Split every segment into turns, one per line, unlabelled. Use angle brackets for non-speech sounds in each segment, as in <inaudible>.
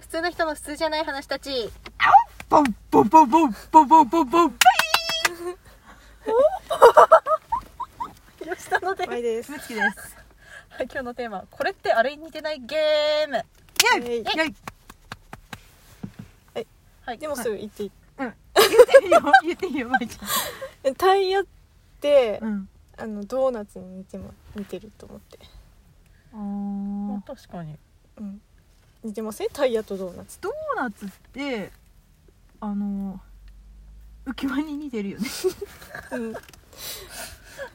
普通の人の普通じゃない話たち。
ポンポンポンポンポンポンポンポン
吉田ので、
いです
ムツキです
今日のテーマ、これってあれに似てないゲーム。
イェイイェイ
はい。
<laughs> でもすぐ言っていい
言っていいよマイち
えタイヤって、
ゃん
あのドーナツに似ても似てると思って、
うん
ま
あ
あ確かに。
うん、似てませんタイヤとドーナツ
ドーナツってあの浮き輪に似てるよね
うんはい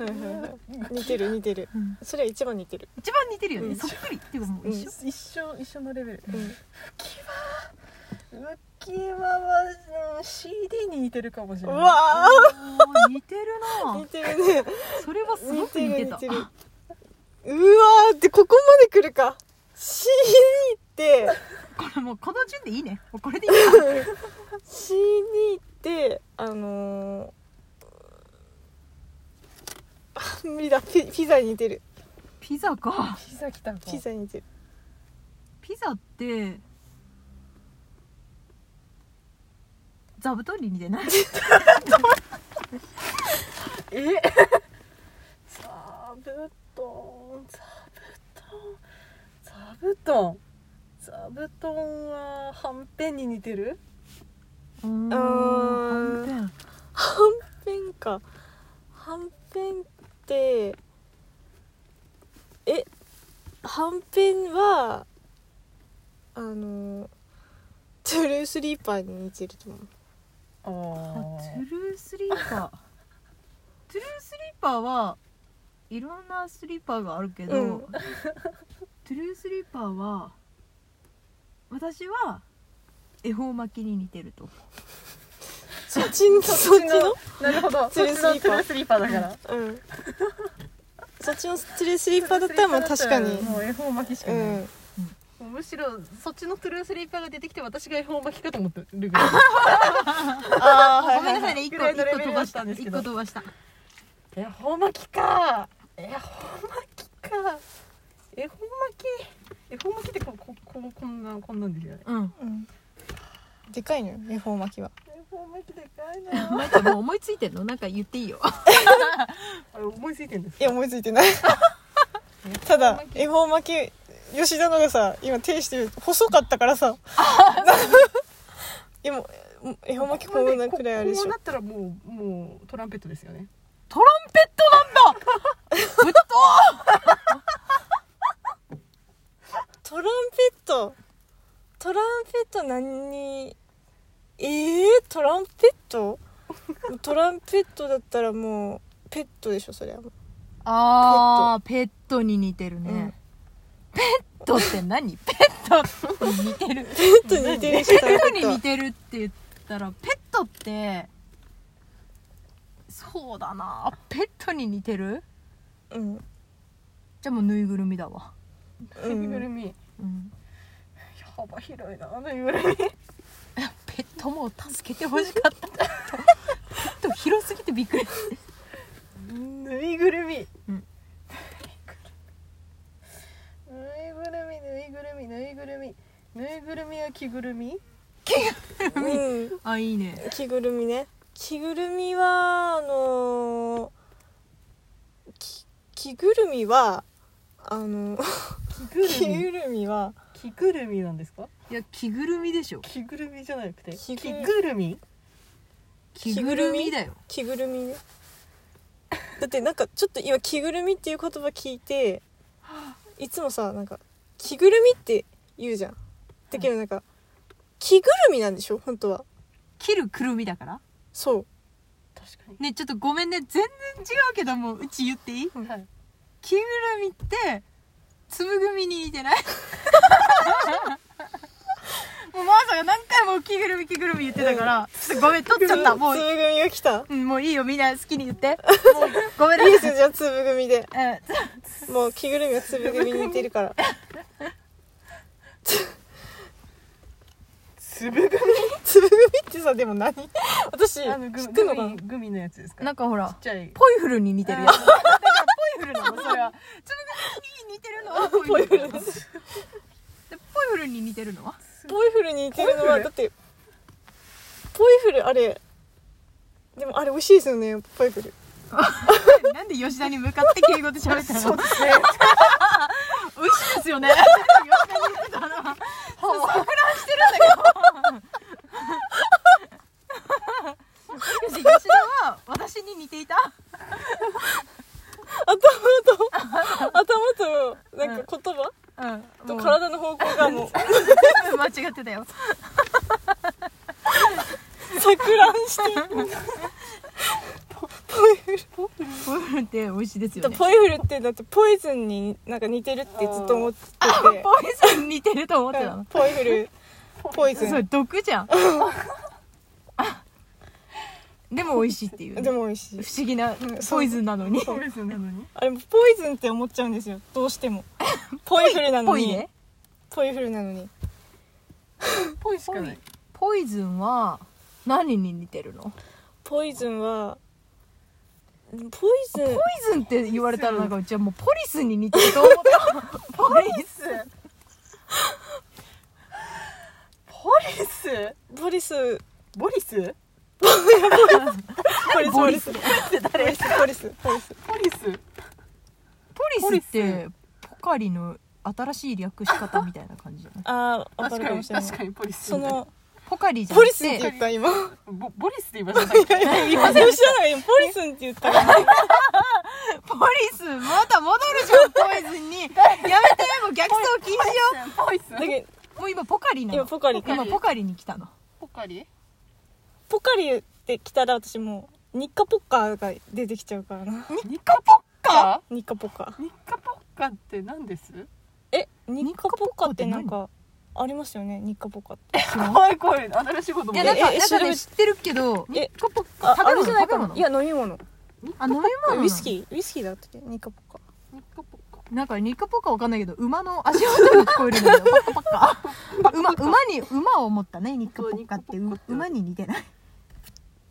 はいはい <laughs> 似てる似てるそれは一番似てる、
一番似てるよ
う
ね
ん
そっくりっていうかもう
うん
一緒
一緒、一緒のレベル。
うん、
浮き輪は、うん CD に似てるかもしれ
う
ない。
わ
あー似てる
ー
な
似てるね
それはすご
似
く
て
似
る
て
似
た
てるうわーってここまで来るか CD って
これもうこの順でいいねもうこれでいいか
CD ってあのーあ無理だピピザに似てる
ピザか
ピザ来たか。
ピザに似てる
ピザって座布団に似てない
え <laughs> 座布団座布団座布団座布団ははんぺんに似てる
うーん
あー
はんぺん
はんぺんかはんぺんってえはんぺんはあのートゥルースリーパーに似てると思う
あ
あトゥルースリーパートゥルースリーパーはいろんなスリーパーがあるけど、
うん
トゥルースリーパーは私は恵方巻きに似てると
そっちのそっちの
なるほど
トゥルスリ
そっちのト
ーパー
ゥルスリーパーだから
うんそっちのトゥルースリーパーだったらまあ確かに
もう恵方巻きしか
う
ない、
ん
もうむしろそっちのトゥルースリーパーが出てきて私が恵方巻きかと思ってるぐらい
あーは
ごめんなさいね
はい
1個
ぐらいの
一
レ
個
ベ
飛
ル
ば
だ
し
ったたんです
1
け
個
ど
飛ばした
<laughs> 恵方巻きか恵方巻きか恵方巻き恵方巻きってここここんなこんなんですよね
うん
うんでかいのよ恵方巻きは
恵方巻きでかいな
マイちゃんもう思いついてんのなんか言っていいよ
あれ思いついてるんです
いや思いついてない <laughs> ただ恵方巻き吉田のがさ今手してる細かったからさ <laughs> いやもう恵方巻きこんなくらいあるでし
こう
ょ
なったらもうもうトランペットですよね
トランペットなんだ
トランペットトランペット何にええトランペットトランペットだったらもうペットでしょそりゃ
あーペットに似てるね、
うん
ペットって何ペットに似てる
ペットに似てるでしょトラ
ペッ
ンペ
ト
ッ
に
トは
似てるって言ったらペットってそうだなペットに似てる
うん
じゃあもうぬいぐるみだわ、
<laughs>
う
ぬいぐ
ん
るみ
うん、
幅広いなぬいぐるみ
ペットも助けてほしかったペット広すぎてびっくり
ぬいぐるみ、
うん
ぬいぐるみぬいぐるみぬいぐるみぬいぐるみは着ぐるみ
うん
あいいね
着ぐるみね着ぐるみはあのーき着ぐるみはあのー
着ぐる
着
み
ぐるみは
着ぐるみなんですか
いや着ぐるみでしょ
着ぐるみじゃなくて
着
着
ぐる
ぐるみ
着ぐるみだよ
着ぐるみねだってなんかちょっと今着ぐるみっていう言葉聞いていつもさなんか着ぐるみって言うじゃんだけどなんか着ぐるみなんでしょ本当は
着るくるみだから
そう
確か
ねちょっとごめんね全然違うけどもううち言っていい
にはい
着ぐるみって粒組に似て <laughs> ないもうマーサが何回も着ぐるみ着ぐるみ言ってたから、ちょっとごめん取っちゃったも
つぶ
う、
組みが来た
うん、もういいよみんな好きに言ってもうごめん
いい
な
で
さい、
すじゃあつぶ組で
うん
もう着ぐるみはつぶ組に似てるから
つぶぐ
つぶ組ってさでも何私
みあの
聞
ぐ
くの
グ
かな
ミグミのやつですか
なんかほら
ちっちゃい
ポイフルに似てるやつ
あーポイフルなのそれ <laughs> は
粒組に似てるのはポイフルでポイフルに似てるのは
つぶ
ポイフルに似てるの
ポイフ
は
ル
だってポイフルあれでもあれ美味しいですよねポイフル
<laughs> なんで吉田に向かって敬語で喋ったの
そう
<laughs>
ですね。
美味しいですよ <laughs> ね。吉田に向かってあの <laughs> 吉田は私に似ていた。
頭と頭となんか言葉
うん。
と
もう
体の方向がもう
全 <laughs> 部間違ってたよ。
錯乱して
ポイフルって美味しいですよね。
ポイフルってだってポイズンになんか似てるってずっと思ってて
ポイズンに似てると思ってた
うん
の。
ポイフルポイズ
それ
ン
毒じゃ <laughs> ん。でも美味しいっていうね、
でも美味しい
不思議な
うんそう
ポイズンなのに。
そうですよね。
あれもポイズンって思っちゃうんですよどうしても <laughs> ポイフルなの
ポイ
に
ね。
ポイフルなのに
ぽいしかない。
ポイズンは何に似てるの？
ポイズンはポイズン
ポイズンって言われたらなんかうちはもうポリスに似てると思った。 <laughs> ポリス。
ポリス。
ポリス
ボリス。
ポ
ポリスポリスポリスポリスポリス
ポリス。
ポリスってポカリの新しい略し方みたいな感じじゃない？
ああわか
確
る
か
かも
に、
しれない
確かにポリス。
その
ポカリじゃな
ポ
く
リ
て
スンって言った今
ぼ、ボリスって言いました。
いや吉田が今ポリスンって言った <laughs> から
ポリスまた戻るじゃんポイズ <laughs> ンにやめてもう逆走禁止よ
<laughs> ポリス。
だけど
もう今ポカリなの
今ポカリ
今ポカリに来たの
ポカリ。
ポカリって来たら私もうニッカポッカが出てきちゃうからな
ニカポッカ。
ニッカポッカ
ニカポッカって何です。
えニッカポッカってなんかありますよねニッカポッカって
怖い怖い、新しいこと
い
も
やなんか
ええ
なんか
調
ね
べ
知ってるけど
え
ポポカ食べ物食べ
あ
物
いや飲み物
あ飲み物
ウイスキーウイスキーだったっけニッカポッカ
ニカポッカ。
ーなんかニッカポカわかんないけど馬の足音が聞こえるんだけどパッカパッカ馬馬に馬を持ったねニッカポッカって
そうニッカポッカっ
う
て
馬に似てない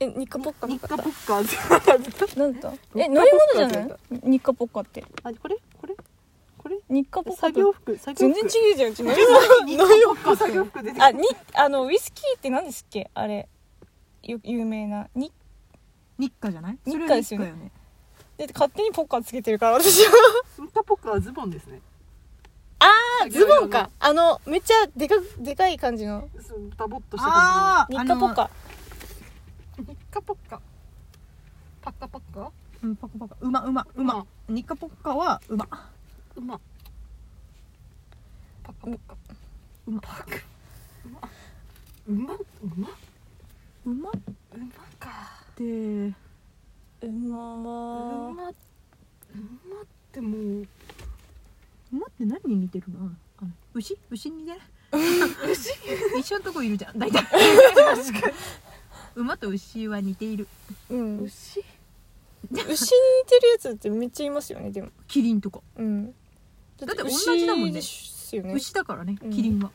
えニッカポッカ
ニカ
な
ポッカ。
んだえ飲
ニ
み
ッ
物
カポッカ
じゃないニッカポッカって
あ、これ、これ、これ。
ニッカポッカ
作
と
業服。作
全
業
然
服。
違うじゃんうちの
ニッカポッカ
作業服出てきた
あにあのウイスキーって何ですっけあれよ有名なに
ニッカじゃない
ニ
それは
ッカ
ニ
で
ッ
す
カ
よ
よ
ね
ね
で勝手にポッカーつけてるから私は
ニカポッカはズボンですね。
あ
ーズボンか
<laughs> あのめっちゃでかでかい感じの
そうダボっとした感
あ
ニッカポッカ
じの。ニカポッカ。パッカパッカ。
うん、パカパカ。馬、馬、馬。ニッカポッカは馬。
うま。パカパカ。
うま
パカ。うま。うま。
馬っ
うま。うまか。
て、うん、
う
うま。う
まま
まってもう。
馬って何に似てるのあの牛牛に似てない牛一緒のとこいるじゃん、大体。確かに。馬と牛は似ている。
うん牛
牛。
に似てるやつってめっちゃいますよねでも
キリンとか。
うん
だって同じだもんね
牛ですよね
牛だからね、
うん
キリンは。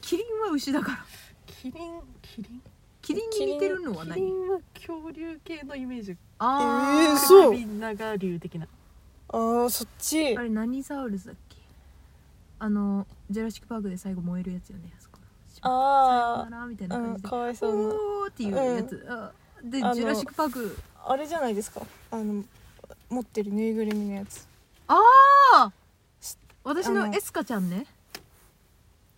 キリンは牛だから。
キリン。キリン。
キリンに似てるのは
キリ
何
ンは恐竜系のイメージ。
えー
あ
そう
首長竜的な。
あーそっち
ー、あれ何サウルスだっけあの、ジュラシックパークで最後燃えるやつよね、あそこ。
あ
さよならみたい
あ
な感
うん
じで。
かわいそうな
おーっていうやつ、あでジ
あの
ュラシック・パーク
あれじゃないですかあの持ってるぬいぐるみのやつ
ああ私
あ
の
の
エスカちゃんね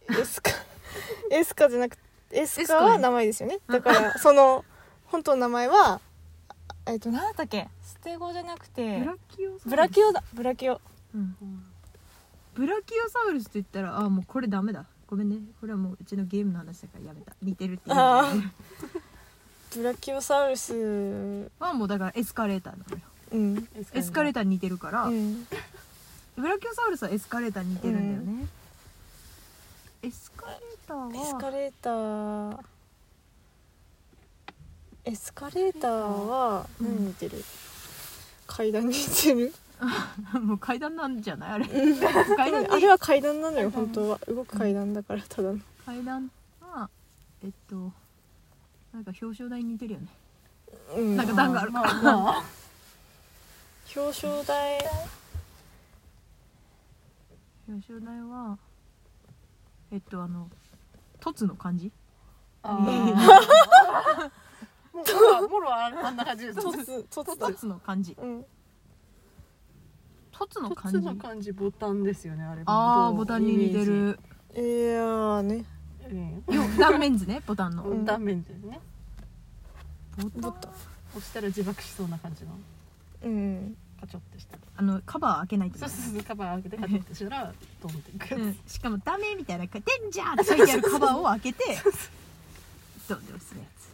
エスカ <laughs> エスカじゃなくてエス
エス
カ
カね
は名前ですよねだからその本当の名前はあえっと何だったっけステゴじゃなくて
キオサウルス
ブラキオだブラキオ
うんブラキオサウルスって言ったらあーもうこれダメだごめんねこれはもううちのゲームの話だからやめた似てるっていう
あーブラキオサウルスうん
はもうだからエスカレーターなのよ
うん
エスカレーターに似てるから、ブラキオサウルスはエスカレーターに似てるんだよね、エスカレータ
エス
ー
カ
は
レーターエスカレーターは
うん
何似てる、階段に似てる
<laughs> もう階段なんじゃないあれ <laughs> 階段に
あれは階段なのよ
階段
本当は動く階段だからただの
階段はえっとなんか表彰台に似てるよね
うん
なんか段があるから、
まあ
表彰台
表彰台はえっとあの凸の感じ
あーもうもろもろあんな感じです
とつとつだ
凸の感じ
うん
凸の感じ
凸の感じボタンですよねあれ
ああ
も
ボ
う
タンに似て
イメー
る
いやーね
ジうん
よ断面図ねボタンの
ボタン面ですね
ボ
ボ
タ
タ
ン
ン
押したら自爆しそうな感じの
うん
カチョってした
あのカバー開けないと
そう
ダメ
そうそうカバー開けてカチョってしたらドンっていくやつ
うんしかもダメみたいな「デンジャー!」って書いてあるカバーを開けてドンで押すやつ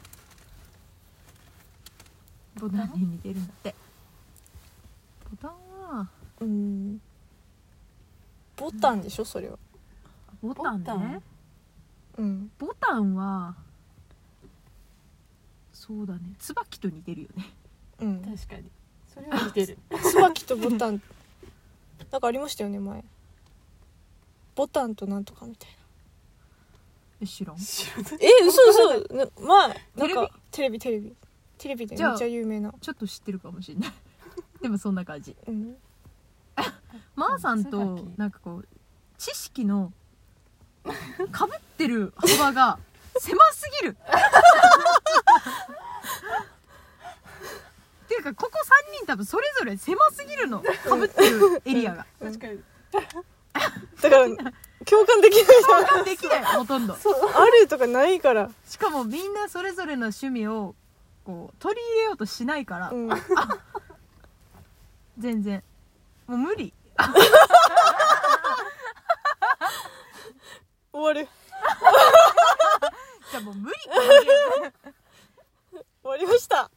ボタンに似てるんだってボタンは
うんボタンでしょそれは
ボタン
ボタ
ね
ン
うん
ボタンはそうだね椿と似てるよね
<laughs>
うん
確かにそれは似
<laughs>
てる
椿とボタンなんかありましたよね前ボタンとなんとかみたいな
え知らん
知らない
え嘘嘘な前なんかテレビテレビテレビで
じゃあ
めっちゃ有名な
ちょっと知ってるかもしれないでもそんな感じ
うん
まーさんと
椿
なんかこう知識のかぶってる幅が狭すぎるっていうかここ3人多分それぞれ狭すぎるのかぶってるエリアが
確かに
だから共感できないじゃん
共感できないほとんど
あるとかないから、
しかもみんなそれぞれの趣味をこう取り入れようとしないから、
うん、
全然もう無理
終わる
じゃあもう無理
終わりました